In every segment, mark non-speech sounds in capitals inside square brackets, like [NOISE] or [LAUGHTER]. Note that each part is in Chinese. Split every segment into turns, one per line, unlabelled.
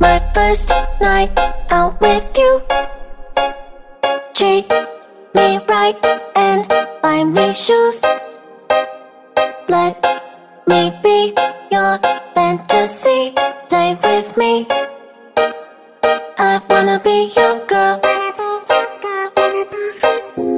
my first night out with you. Treat me right and buy me shoes. Let me be your fantasy. Play with me. I wanna be your girl.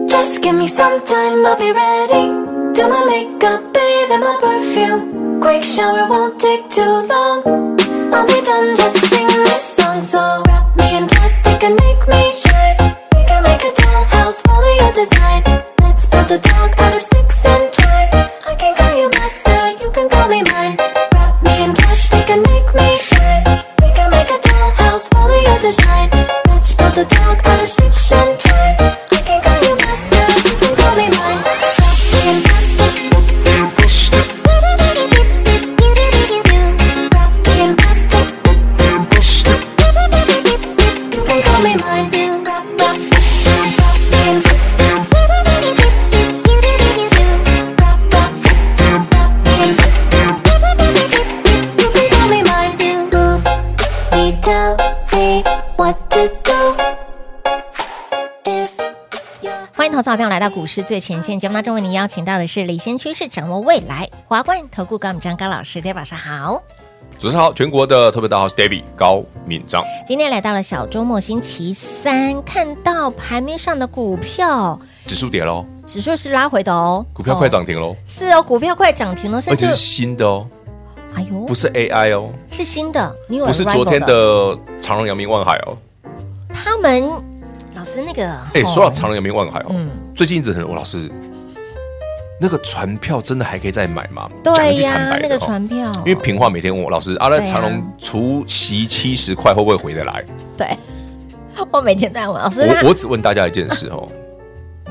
Just give me some time, I'll be ready. Do my makeup, bathe in my perfume. Quick shower won't take too long. I'll be done, just sing this song. So wrap me in plastic and make me shine. We can make a dollhouse, follow your design. Let's build a dog out of sticks and twine. I can call you master, you can call me mine. Wrap me in plastic and make me shine. We can make a dollhouse, follow your design. Let's build a dog out of sticks and twine. I can call you master, you can call me mine. Wrap me in plastic, wrap me in plastic. You can call me mine. Wrap, wrap, wrap me in wrap, wrap, wrap me in You can call me mine. Move me, tell me what to do. If you're
欢迎投资好朋友来到股市最前线节目当中，为您邀请到的是领先趋势、掌握未来华冠投顾高敏章高老师，大家晚上好。
主持人好，全国的特别大号是 David 高敏章，
今天来到了小周末星期三，看到盘面上的股票
指数跌喽，
指数是拉回的哦，
股票快、涨停喽，
是哦，股票快涨停了，
而
甚至
且是新的哦，
哎呦，
不是 AI 哦，
是新的，你有
不是昨天，的长荣、阳明、万海哦。
他们老师那个，
哎，
吼
说到长荣、阳明、万海哦
嗯，
最近一直很，我老师那个船票真的还可以再买吗？讲一
对
句坦
呀，
白
那
的
个
哦
船票，
因为平话每天问我老师啊，
对
那
啊
长荣除息七十块会不会回得来？
对， [LAUGHS] 我每天在问老师他
我我，只问大家一件事
[LAUGHS]
哦，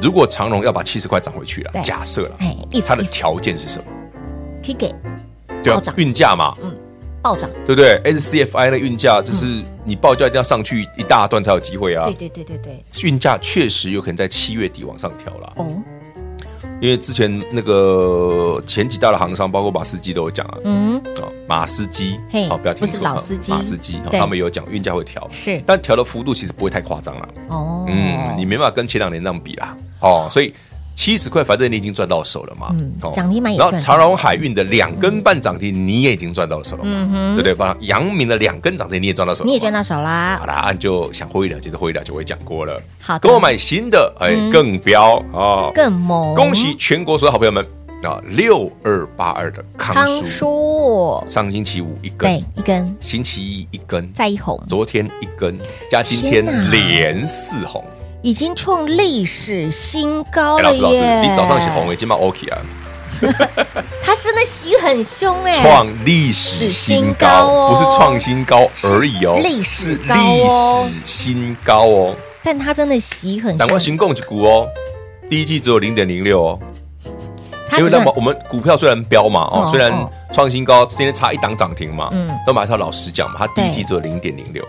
如果长荣要把七十块涨回去
对
了，假设了，
哎，一
它的
一
条件是什么？
可以给
对
暴
啊
涨，
运价嘛，
暴涨，
对不对？SCFI 的运价就是你报价一定要上去一大段才有机会啊
对。对对对对，
运价确实有可能在七月底往上调啦，
哦，
因为之前那个前几大的行商，包括马斯基都有讲啊，
嗯，
哦马斯基
嘿，
哦，不要听
不是
错，
老
哦
司机
马斯基，哦
对
他们有讲运价会调，
是
但调的幅度其实不会太夸张啦，
哦，
嗯，你没办法跟前两年那样比啦，哦，所以。七十块，反正你已经赚到手了嘛哦
嗯。涨停板也
然后
赚到
长荣海运的两根半涨停，你也已经赚到手了嘛，对不对？把阳明的两根涨停你也赚到手，
嗯你也赚。到手啦
好，啦，按就想获益了结的获益了结，我也讲过了。
好的
跟我买新的，哎，更标哦。
更猛，
恭喜全国所有好朋友们啊！六二八二的康
康
叔，
叔，
上星期五一根
对，，一根
星期一一根，
再一红，
昨天一根，加今天
天哪
连四红。
已经创历史新高
哎，
了
老师老师
耶！，
你早上写红，尾，今晚 OK 啊，
他真的洗很凶哎，
创历史
是新
新高，
高哦
不是创新高而已哦，
是历史
是
高哦
历史新高哦。
但他真的洗很
难怪
凶，
新共一股哦，第一季只有零点零六哦。
他
因为
只
那么
能
我们股票虽然飙嘛，哦
哦，
虽然
哦
创新高，今天差一档涨停嘛，
嗯
嗯，但马超老师讲嘛，它第
对
一季只有零点零六，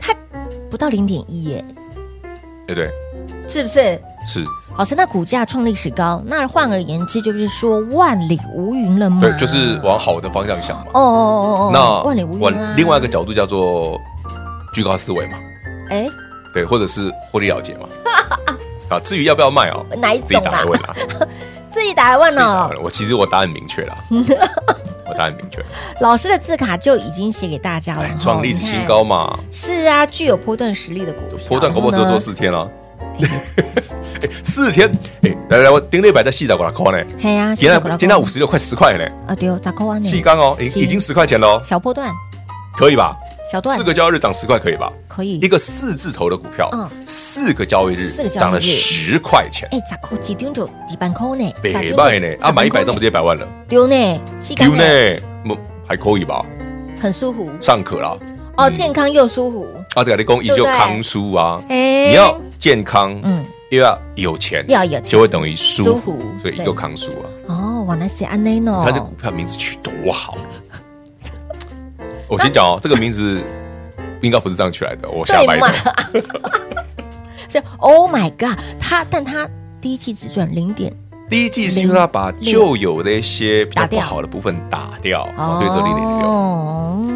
他不到零点一耶，
对不对？
是不是？
是，
老师，那股价创历史高，那换而言之，就是说万里无云了吗？
对，就是往好的方向想嘛。
嗯哦哦哦哦，
那
万里无云啊。
另外一个角度叫做居高思维嘛，
哎，
对，或者是获利了
[LAUGHS]
结嘛。啊，至于要不要卖哦，
哪一
自己
种
打
啊
来？
[LAUGHS]
问啊，自己
自己打来问
打来
哦
问。我其实我答案明确
[LAUGHS]
了，我答案明确，
老师的字卡就已经写给大家了
哎，，
哦
创历史新。
你看
高嘛，
是啊，具有波段实力的股票，嗯
波段搞不好只有做
然后呢
四天啊。 [LAUGHS] 哎四天，哎，来来，我顶礼拜在戏仔过来看呢，
嘿呀，
今天今天五
啊十
十六块十块呢，
啊，对哦，咋扣啊你？
细钢哦，已
是
已经十块钱喽，
小波段，
可以吧？
小段
四个交易日涨十块可以吧？
可以
一个四字头的股票
嗯，
四个交易日
四个交易日
涨了十块钱，
哎，咋扣几丢就几板扣呢？
北卖呢？啊，买一百张不就一百万了？
丢呢？是干
丢呢？嗯还可以吧？
很舒服
尚可啦。嗯
哦，健康又舒服，
啊，这个你公依
对
旧
不对
康舒啊，
哎
你要健康，
嗯
嗯，又要有钱，
又要有钱
就会等于舒
舒
服
服，
所以依
对
旧康舒啊。
哦，原来是安内喏
他这股票名字取多好。 [LAUGHS] 我先讲哦，这个名字应该不是这样取来的，我瞎
对
掰
嘛
的。？
[LAUGHS] 这 Oh my God，他但他第一期只赚零点，
第一季是因为他把旧有的一些比较
打
不
掉
好的部分打掉，哦对，这零点六。
哦，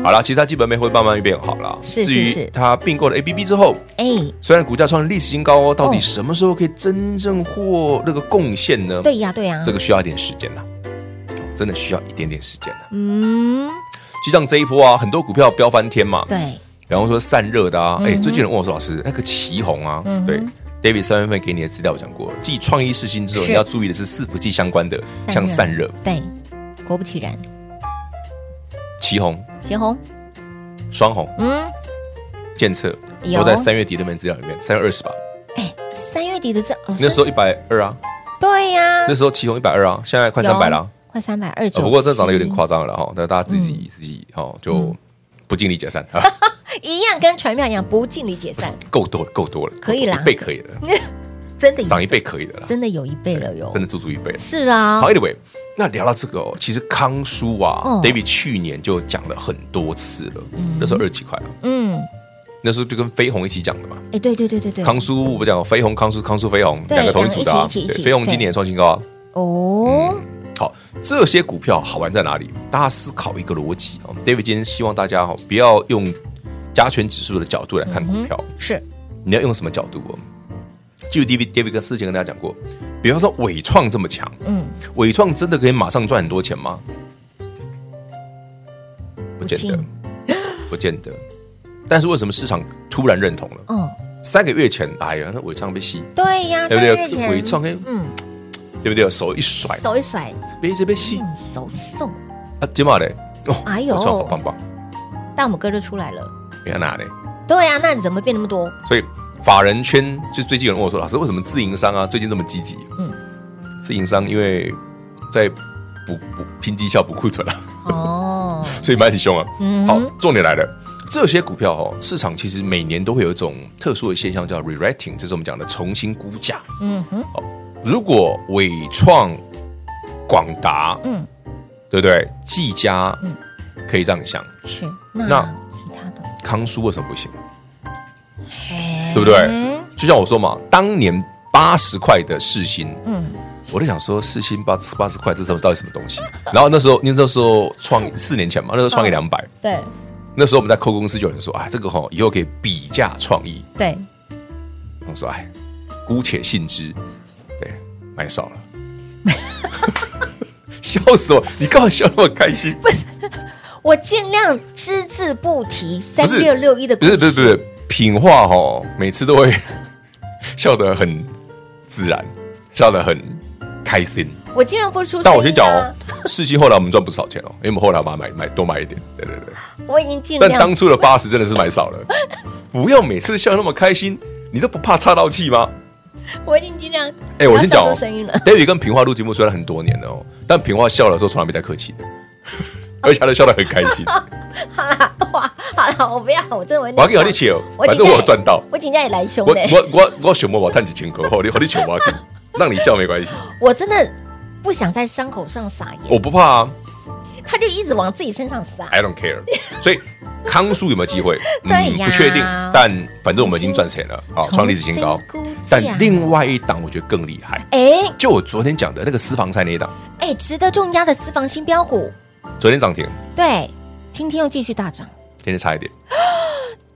好了，其实它基本面会慢慢变好了。
是
至
是是
于它并购了 ABB 之后，
哎，
虽然股价创了历史新高哦，到
哦
底什么时候可以真正获那个贡献呢？
对呀对呀，
这个需要一点时间呐，真的需要一点点时间呐。
嗯，
就像这一波啊，很多股票飙翻天嘛，
对，
比方说散热的
嗯
啊，哎、最近有人问我说，老师那个旗红啊，对。David 三月份给你的资料我讲过，继创意视新之后，
是
你要注意的是伺服器相关的，像散热、
对，果不其然，
旗红、
协红，
双红、
嗯，
建测，
有
都在三月底那份资料里面，三月二十吧，
哎，三月底的这老师
那时候一百二啊，
对呀，
那时候旗红一百二啊，现在快三百了啊、
有，快三百二
呃
九，
不过这涨得有点夸张了哈，那大家自
嗯
己、自己哈、哦、就不尽力解
[LAUGHS]
散，啊
一样跟传票一样，不尽力解
不是
散，
够多了，够多了，
可以啦
一倍可以了，
[LAUGHS] 真的有，
涨一倍可以了啦，
真的有一倍了哟，
真的足足一倍了。
是啊
好，，Anyway，那聊到这个哦，其实康叔啊、
哦
d a v i d 去年就讲了很多次了，那时候二十几块了，
嗯，
那时候就跟飞鸿一起讲的嘛。
哎，对对对对对，
康叔我不讲飞鸿，康叔康叔飞鸿
对
两个同一组的啊，
两个一起一起一起
对飞鸿今年也创新高啊。
哦，
好，这些股票好玩在哪里？大家思考一个逻辑啊。David 今天希望大家哦，不要用加权指数的角度来看
嗯
股票，
是
你要用什么角度哦？记住 David David 跟事情跟大家讲过，比方说伟创这么强，
嗯，
伟创真的可以马上赚很多钱吗？不见
不
得， [LAUGHS] 不见得。但是为什么市场突然认同了？
哦，
三个月前，哎呀，那伟创被吸，
对呀，
对
三
不
个月
对？
前，
伟创哎，
嗯，
对不对？手一甩，
手一甩，
被这被吸
嗯，手瘦，
啊，睫毛嘞，哦，
哎呦
伟创好棒棒，
大拇哥就出来了。
你看哪嘞？
对
啊
呀，那你怎么变那么多？
所以法人圈就最近有人问我说，老师为什么自营商啊最近这么积极？
嗯
嗯，自营商因为在补补拼绩效补库存啊，
哦，
所以买挺凶啊。
嗯
好，重点来了，这些股票哦，市场其实每年都会有一种特殊的现象叫 re-rating，这是我们讲的重新估价。
嗯哼，
如果伟创、广达，
嗯
嗯，对不对？技嘉，
嗯
可以这样想，
是那
那
其他的，
康舒为什么不行？
哎
对不对？就像我说嘛，当年八十块的世新，
嗯，
我就想说世新八八十块，这时候到底什么东西？然后那时候，那时候创四年前嘛，那时候创业两百、
对
那时候我们在扣公司就有人说啊，这个哈、以后可以比价创意。
对，
我说哎，姑且信之，对，买少了， [LAUGHS] 笑死我！你干嘛笑那么开心？不是
我尽量只字不提三
不是
六六一的，
不是不是不是，品话哈，每次都会笑得很自然，笑得很开心。
我尽量不出、啊。
但我先讲哦，世新后来我们赚不少钱哦，因为我们后来把它买买多买一点，对对对。
我已经尽
但
量。
当初的八十真的是买少了，不要每次笑那么开心，你都不怕岔到气吗？
我已经尽量。
哎、我先讲
不要笑
哦
出声音了。
[LAUGHS]
[LAUGHS]
，David 跟平花录节目虽然很多年了哦，但平花笑的时候从来没太客气的， [LAUGHS] 而且他都笑得很开
[LAUGHS]
心。
好啦，哇，好啦，我不要，我真的
我
我
要给你钱哦，
我
反正我有赚到。
我请假也来凶
我
的，
我我我选我我探几千块，好你好你求我，让你笑没关系，
我真的不想在伤口上撒
我
盐，
不怕啊
他就一直往自己身上撒。
，I
[LAUGHS]
don't care。所以康叔有没有机会？嗯
对呀
不确定，但反正我们已经赚钱了，好，
重新
创历史新高
估价。
但另外一档我觉得更厉害，
哎
就我昨天讲的那个私房菜那一档，
哎，值得重压的私房新标股，
昨天涨停，
对，今天又继续大涨。
今天差一点。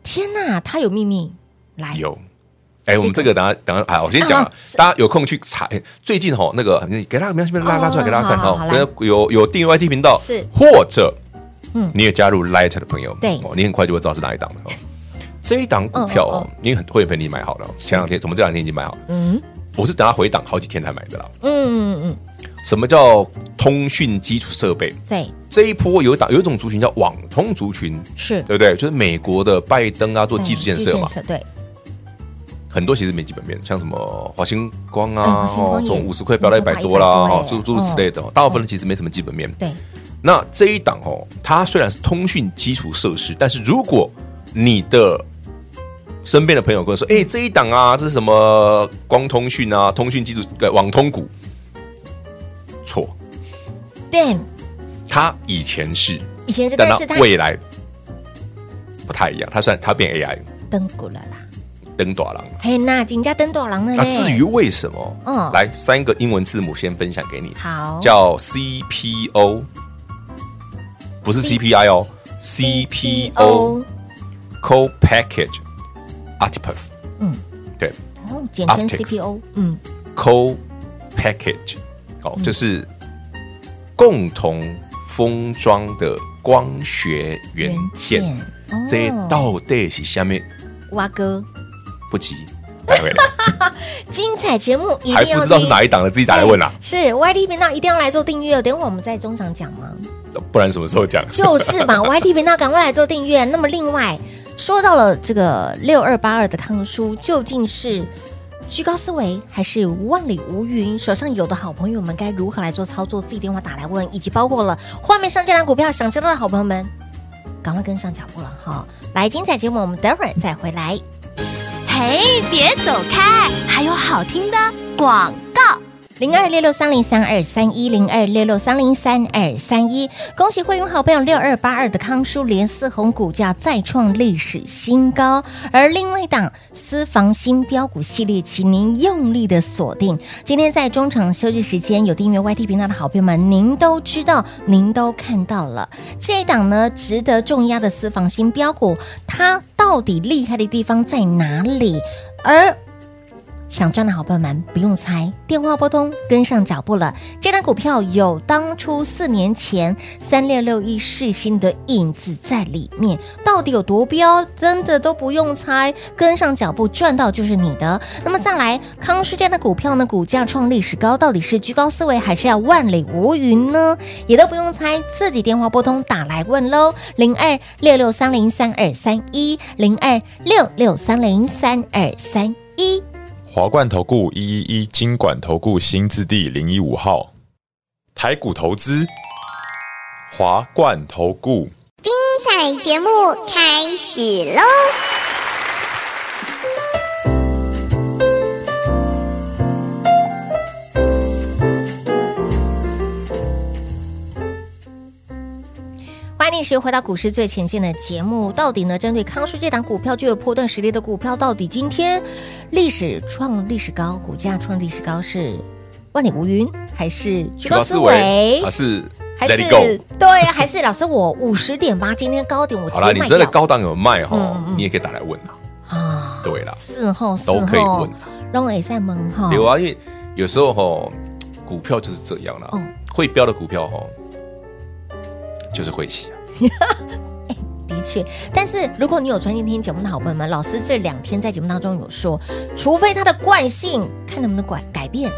天呐，他有秘密，来，
有。哎、我们这个等下等下，哎，我先
啊
讲啊，大家有空去查。哎最近哈，那个你给大家没有拉拉出来给大家看
哦好好
哈
好，
有有有订阅 YT 频道，
是
或者
嗯
嗯，你也加入 Light 的朋友，
对
哦，你很快就会知道是哪一档了。哦这一档股票
嗯
哦，你很会陪你买好了哦，前两天怎么这两天已经买好了？
嗯
我是等它回档好几天才买的啦。
嗯嗯嗯，
什么叫通讯基础设备？
对，
这一波有一档有一种族群叫网通族群，
是
对不对？就是美国的拜登啊，做基础建设嘛，，
对基础对，
很多其实没基本面，像什么华星光
嗯
啊
华，星光也
从五十块飙到一百多啦，
嗯
哦，
100
诸诸如此类的，大部分人其实没什么基本面。
对，
那这一档哦，它虽然是通讯基础设施，但是如果你的身边的朋友跟我说，哎、这一档啊，这是什么光通讯啊，通讯技术呃网通股，错，
，damn，
它以前是，
以前是，
但
但
它
是它
未来不太一样，它算它变 AI
登古了啦，
登短廊。
嘿，那金家登多郎了
那
嘞。
啊至于为什么，
嗯
来三个英文字母先分享给你，
好
叫 CPO，不是
C-
CPI 哦，CPO Co Package Octopus，
嗯，
对
哦，简称
Optics
CPO，嗯，
，Co Package，哦，就是共同封装的光学元件，
哦
这到底是下面
蛙哥，[LAUGHS]
不急，待会聊
精彩节目一定
还
要
不知道是哪一档的，自己打来问啊啦、
对是 YT 频道一定要来做订阅哦，等会我们在中场讲吗？
不然什么时候讲？
就
[LAUGHS]
是嘛，YT 频道赶快来做订阅。那么另外说到了这个六二八二的康叔，究竟是居高思维还是万里无云？手上有的好朋友们该如何来做操作？自己电话打来问，以及包括了画面上这档股票想知道的好朋友们，赶快跟上脚步了哈！来，精彩节目我们等会儿再回来。
嘿，别走开，还有好听的广告。
零二六六三零三二三一零二六六三零三二三一，恭喜会员好朋友六二八二的康叔连四红股价再创历史新高，而另外一档私房新标股系列，请您用力的锁定。今天在中场休息时间，有订阅 YT 频道的好朋友们，您都知道，您都看到了这一档呢，值得重压的私房新标股，它到底厉害的地方在哪里？而想赚的好朋友们不用猜，电话拨通，跟上脚步了。这张股票有当初四年前三六六一世新的影子在里面，到底有多彪，真的都不用猜，跟上脚步赚到就是你的。那么再来，康师这样的股票呢，股价创历史高，到底是居高思维还是要万里无云呢？也都不用猜，自己电话拨通打来问喽，零二六六三零三二三一零二六六三零三二三一。
华冠投顾一一一金管投顾新字第零一五号，台股投资，华冠投顾。
彩节目开始喽！
欢迎你持续回到股市最前线的节目。到底呢，针对康师这档股票具有破断实力的股票，到底今天历史创历史高，股价创历史高是万里无云，还是居高思维
还？是
哎还
啊 Let
是
it go？
对，还是老师我五十点八，今天高点我直
好啦，
接
你
卖
真的
掉
高档有卖
嗯
哈
嗯，嗯
你也可以打来问啊。
啊！
对啦，
事后事
都可以
后
问，
让我也在蒙哈。
有啊，因为有时候哈，股票就是这样啦
嗯，
会标的股票哈，就是会洗啊。
的确，但是如果你有专心听节目的好朋友们，老师这两天在节目当中有说，除非它的惯性看能不能改改变，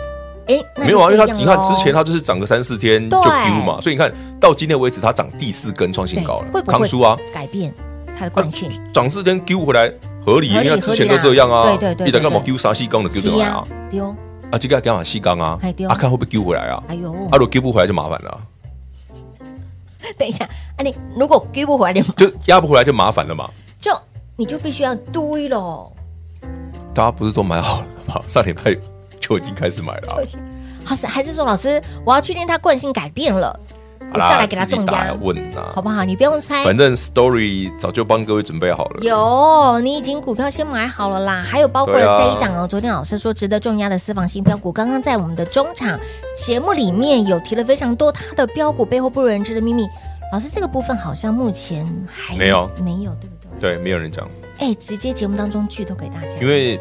诶，那就
没有啊，因为
不
它
一样哦
你看之
咯
前它就是涨个三四天就
对
丢嘛，所以你看到今天为止它涨第四根创新
对
高了，
会不会
康叔啊，
改变它的
啊
惯性？
涨四天丢回来合理，
合理
因为它之前都这样
合
啊
理啦，对对对
你在干嘛
对对
丢沙西缸的丢
是
回来
呀
啊？，
丢，
啊，这个干嘛西缸啊
哎对？哦
啊，看会不会丢回来啊？
哎呦，
啊，如果丢不回来就麻烦了啊，
等一下，啊你如果给不回来，你
就压不回来就麻烦了嘛。
就你就必须要堆喽。
大家不是都买好了吗？ [LAUGHS] 上礼拜就已经开始买了啊、
还是还是说，老师，我要确定它惯性改变了，
好
我
啦，
再来给它
自己
重
打来
压，
问呐、
好不好？你不用猜，
反正 story 早就帮各位准备好了。
有，你已经股票先买好了啦，还有包括了
对啊
这一档哦，昨天老师说值得重压的私房新标股，刚刚在我们的中场节目里面有提了非常多它的标股背后不为人知的秘密。老师，这个部分好像目前还
没有
没有，对不对？
对，没有人讲，
哎，直接节目当中剧透给大家，
因为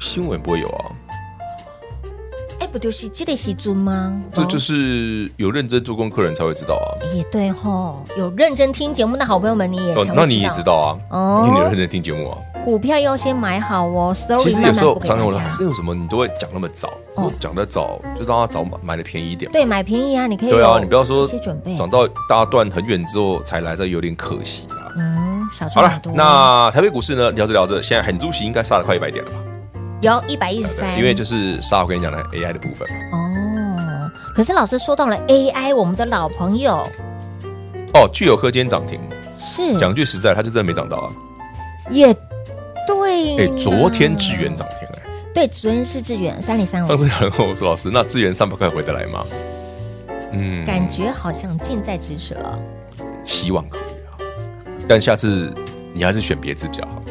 新闻不会有啊。
哎，不就是这类习尊吗？
这
哦
就是有认真做功课的人才会知道啊。
哎也对吼，有认真听节目的好朋友们，你也才会
那你也知道啊，
哦
因为你有认真听节目啊。
股票要先买好哦。Story
其实有
慢
时
慢
候
播给
常常我
大
的
家
老师有什么，你都会讲那么早，
哦
我讲的早就让他早买买的便宜一点嘛。
对买便宜啊，你可以
对啊，
有
你不要说
一些准备，
涨到大段很远之后才来，这有点可惜啊。
嗯，少
好
赚很
了
多。，
那台北股市呢？聊着聊着，现在很主席应该杀了快一百点了吧？
有一百一十
对不
三，
对因为就是杀我跟你讲的 AI 的部分嘛
哦，可是老师说到了 AI，我们的老朋友
哦，具有科今天涨停，
是
讲句实在，它就真的没涨到啊。
也对对
哎
呢，
昨天智源涨停哎、
对，昨天是志远三零三
上
五，
次有人问我说老师，那智源三百块回得来吗？嗯，
感觉好像近在咫尺了。
希望可以啊，但下次你还是选别只比较好。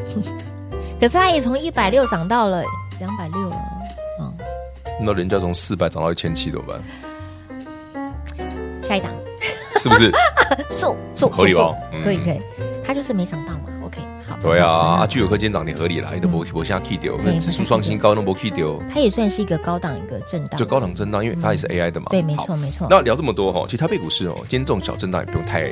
可是它也从一百六涨到了两百六了。哦，
那人家从四百涨到一千七怎么办？ [LAUGHS]
下一档
是不是？
[LAUGHS] 速速
嗯合理
速
吧
速
嗯
可以可以，它就是没涨到嘛。OK，好，
对啊，
那
啊，聚友科今天涨停合理啦，你都
嗯
不不下 K 掉，那指数创新高，那不 K 掉，
它也算是一个高档一个震荡，
就高档震荡，因为它也是 AI 的嘛。
嗯对，没
好
错。没错。
那聊这么多哈，其实台北股市哦，今天这种小震荡也不用太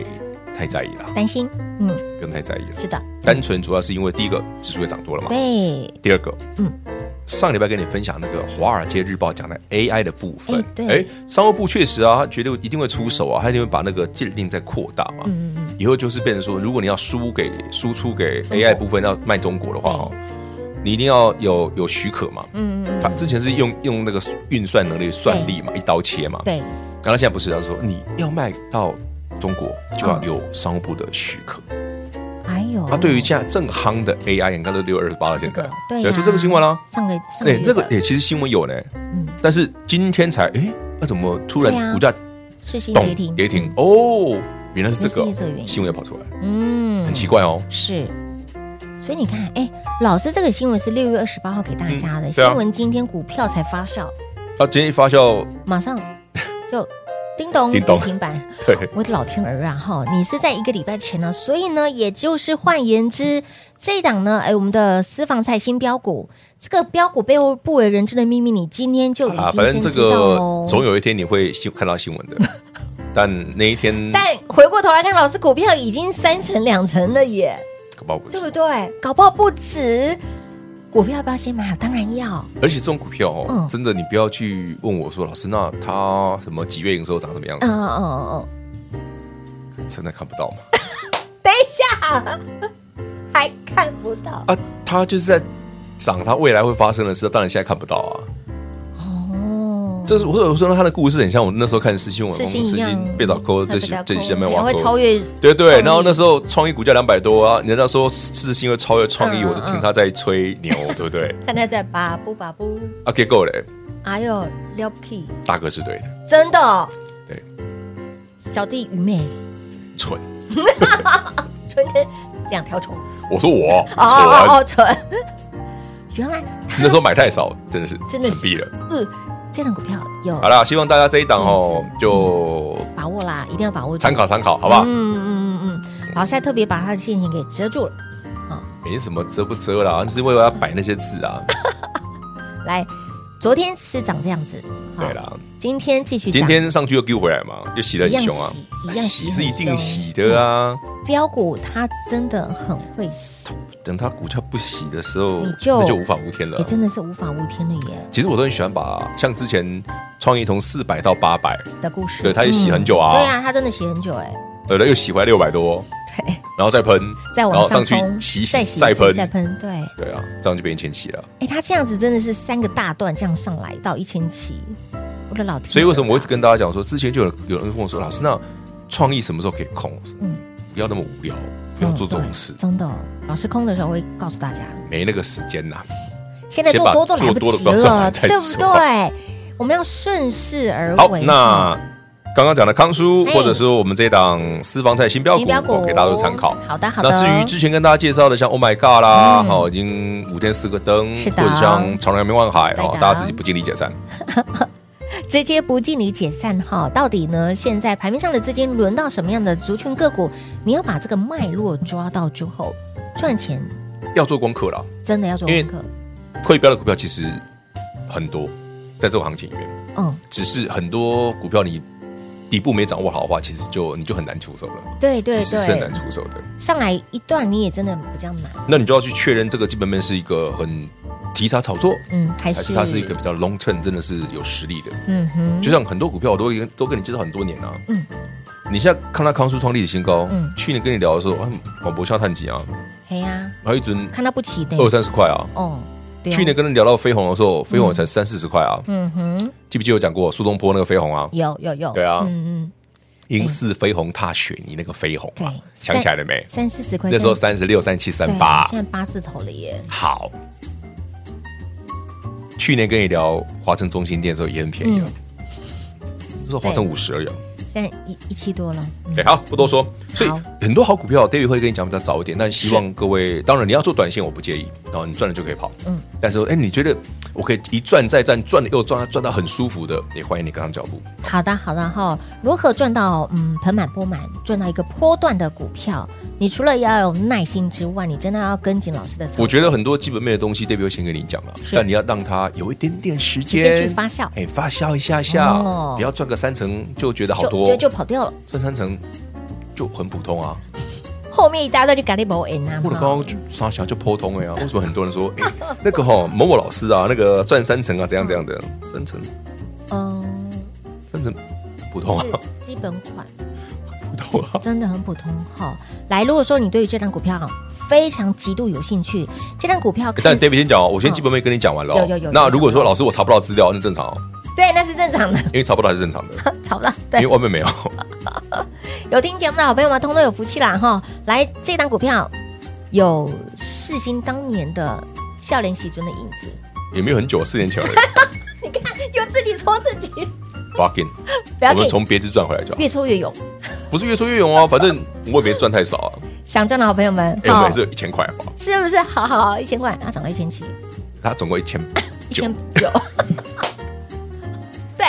太在意啦，
担心，嗯，
不用太在意了。
是的，
单纯主要是因为第一个指数也涨多了嘛，
对，
第二个，
嗯
嗯，上礼拜跟你分享那个《华尔街日报》讲的 AI 的部分
哎，对
商务部确实啊，他绝对一定会出手啊，他一定会把那个禁令再扩大嘛。
嗯嗯
以后就是变成说，如果你要输给输出给 AI 部分要卖中国的话哦，你一定要有有许可嘛。
嗯嗯，
他之前是用用那个运算能力算力嘛，一刀切嘛。
对，
然后现在不是，他说你要卖到中国就要有
嗯
商务部的许可。
哎呦，
那对于现在正夯的 AI，你看都六二八了，
这
现在啊
个对呀，
就这个新闻啦。
上个上个
哎、
月
这个
的
哎、其实新闻有呢，
嗯
但是今天才哎，那、怎么突
对啊
然股价
世新
咚
跌停
跌停，哦，原来是这
原
个哎
来是这个原因
新闻也跑出来，
嗯，
很奇怪哦。
是。所以你看，哎，老师这个新闻是六月二十八号给大家的、
嗯
新
对啊
闻，今天股票才发酵，
啊，今天一发
[LAUGHS]
酵，
马
[LAUGHS]
上就叮咚
叮咚
跌停板。
对，
我的老天儿啊，哈，你是在一个礼拜前呢、所以呢，也就是换言之，这一档呢，哎，我们的私房菜新标股，这个标股背后不为人知的秘密，你今天就已
啊，
经
反
先
正这
知道
个
喽。
总有一天你会新看到新闻的，
[LAUGHS]
但那一天
但回过头来看，老师股票已经三成两成了耶，
可不好不
对不
是，
对？搞不好不止。股票要不要先买？当然要。
而且这种股票哦，
嗯
真的你不要去问我说，老师，那它什么几月营收长什么样
嗯
子，
嗯嗯嗯，
真的看不到嘛？
等一下，还看不到
啊，它就是在涨，它未来会发生的事，当然现在看不到啊。
哦。
这是我有说他的故事很像我那时候看世新网
是
红
新一
世新
样，
被找抠，
它
这
被找
些
扣
这些没
还
挖
会超
抠。
越
对对，
创意
然后那时候创意股价两百多啊，人家说世新会超越创意，
嗯
我就听他在吹牛，对不对？ [LAUGHS]
现在在拔不拔不，
啊，结果嘞，
哎呦，了不起，
大哥是对的，
真的，
对，
小弟愚昧，
蠢。
纯真两条
[LAUGHS]
虫，
我说我
哦哦
蠢，
哦，蠢， [LAUGHS] 原来他
那时候买太少，真的是
[LAUGHS] 真
蠢
的是
毙了。
呃，这档股票有
好啦，希望大家这一档哦
嗯，
就
把握啦，一定要把握住
参考参考，好不好？
嗯嗯嗯嗯，老师还特别把他的陷阱给遮住了。
没什么遮不遮啦，只是为了要摆那些字啊。
来，昨天是长这样子，好
对，啦，
今天继续涨，
今天上去又丢回来嘛，就洗得
一样
很凶啊
洗，一样洗
是
很
一定
凶
洗的啊。
标股它真的很会洗，
等它股价不洗的时候
你，就
那就无法无天
也、
了。
真的是无法无天了耶
其实我都很喜欢把像之前创意从四百到八百，
的故事。
对，它也洗很久啊，
对啊，他真的洗很久哎、
对了，又洗回来六百多，
对，
然后再喷，
再
然
往
后上
上
去
冲，
洗
再
洗
洗一
再
次
喷，
再喷，对，哎、
对啊，这样就变成前期了。
他这样子真的是三个大段这样上来到一千七，我的老天！啊
所以为什么我一直跟大家讲说，之前就有有人跟我说，老师，那创意什么时候可以空？我说
嗯
不要那么无聊，不要做这种事
嗯对，真的，老师空的时候会告诉大家，
没那个时间呐。
现在
先
做
把
多都来
做
不
多的
及
不要赚
了，
完再
对不
说
对？我们要顺势而
好，
为。
那刚刚讲的康叔，
嘿
或者是我们这一档私房菜新标股，
金哎标股
我给大家做参考。
好的，好的。
那至于之前跟大家介绍的，像 Oh My God 啦，
嗯
好、已经五天四个灯，
是的
或者像长阳明万海
对的
哦，大家自己不尽力解散。
直接不尽力解散哈，到底呢？现在盘面上的资金轮到什么样的族群个股？你要把这个脉络抓到之后，赚钱
要做功课啦，
真的要做
因为
功课。
会标的股票其实很多，在这个行情里面，
嗯，
只是很多股票你底部没掌握好的话，其实就你就很难出手了，
对对
其实是很
对
难，出手的。
上来一段你也真的比较难。
那你就要去确认这个基本面是一个很提差炒作，
嗯，还
还
是
是它是一个比较 long term 真的是有实力的。
嗯哼，
就像很多股票我都会跟都跟你介绍很多年啊。
嗯
你现在看它康叔创历史新高，
嗯
去年跟你聊的时候，啊，广博下探几啊，
嘿呀、
还有一尊
看他不起的
二三十块啊。
哦，对哦
去年跟人聊到飞鸿的时候，飞鸿才三四十块啊，
嗯嗯哼，
记不记得有讲过苏东坡那个飞鸿啊？
有有有，
对啊
嗯嗯，
银似飞鸿踏雪泥那个飞鸿嘛
对，
想起来了没？
三四十块，
那时候
现
三十六、三七、
在
三八
对，现在八字头了耶，
好。去年跟你聊华城中心店的时候也很便宜啊，
嗯
那时候华城五十而已啊。
现在一一七多了，嗯
对，哎好，不多说。所以
好
很多好股票，David 会跟你讲比较早一点，但希望各位，当然你要做短线，我不介意，然后你赚了就可以跑。嗯，但是哎，你觉得我可以一赚再赚，赚了又赚，赚到很舒服的，也欢迎你跟上脚步。
好的，好的哈。如何赚到嗯盆满钵满，赚到一个波段的股票？你除了要有耐心之外，你真的要跟紧老师的操作。
我觉得很多基本面的东西，David 会先跟你讲了，
是
但你要让它有一点点时
时间
间
去发酵
哎，发酵一下下
哦，
不要赚个三成就觉得好
就
多哦
就，就跑掉了，
赚三成就很普通啊。
后面一大堆就咖喱包 N 啊
我的刚刚就傻小就破通了呀、为什么很多人说，哎、那个哈某某老师啊，那个赚三成啊，怎样怎样的，三成 [LAUGHS]
嗯，
三成普通啊，
是基本款
普通啊，
真的很普通哈。来，如果说你对于这张股票非常极度有兴趣，这张股票看
[LAUGHS] 但
似
David 先讲哦，我先
嗯
基本面跟你讲完了、哦
有有有
那如果说老师我查不到资料，那正常、哦，
对，那是正常的， [LAUGHS]
因为查不到还是正常的，
吵不到。
因为
对，
外面没有。 [LAUGHS]
有听节目的好朋友们，通通有福气啦哈。来，这档股票有世新当年的笑脸喜尊的影子。 [LAUGHS]
也没有很久，四年前而已。
你看，就自己戳自己，
Walking，
不要
我们
给
从别致赚回来就好，
越戳越勇。
不是越说越勇哦，反正我也没赚太少
[LAUGHS]
啊，
想赚的好朋友们，
哎、我们也是有一千块好不好？
是不是？好好好，一千块，它涨到一千七，
他总共一千
一
九
千，九。 [LAUGHS] 对，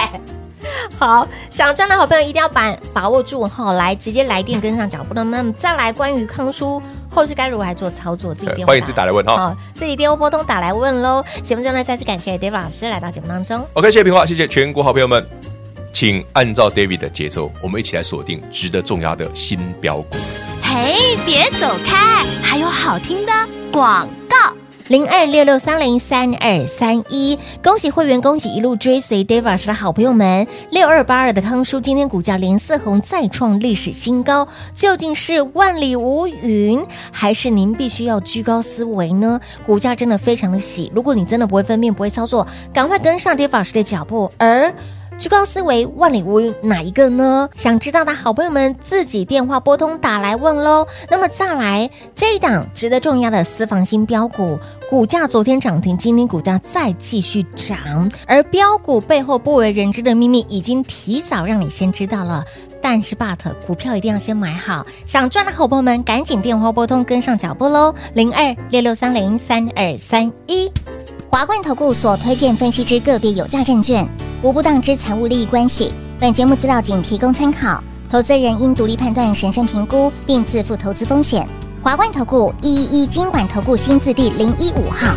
好，想赚的好朋友一定要把把握住哈，来直接来电跟上脚步的。那么再来关于康叔后续该如何来做操作，自己
对
电话
欢迎自己打来问哈、
好，自己电话拨通打来问喽。节目中呢，再次感谢 David 老师来到节目当中。
OK，谢谢平话，谢谢全国好朋友们，请按照 David 的节奏，我们一起来锁定值得重压的新标股。
嘿，别走开，还有好听的广告。
零二六六三零三二三一，恭喜会员，恭喜一路追随 Dave 老师的好朋友们。六二八二的康叔今天股价连四红，再创历史新高，究竟是万里无云，还是您必须要居高思维呢？股价真的非常的喜，如果你真的不会分辨，不会操作，赶快跟上 Dave 老师的脚步。而居高思维，万里无云，哪一个呢？想知道的好朋友们自己电话拨通打来问喽。那么再来这一档值得重要的私房新标股，股价昨天涨停，今天股价再继续涨，而标股背后不为人知的秘密已经提早让你先知道了。但是，but 股票一定要先买好，想赚的好朋友们赶紧电话拨通，跟上脚步喽，零二六六三零三二三一。
华冠投顾所推荐分析之个别有价证券，无不当之财务利益关系。本节目资料仅提供参考，投资人应独立判断、审慎评估，并自负投资风险。华冠投顾一一一金管投顾新字第零一五号。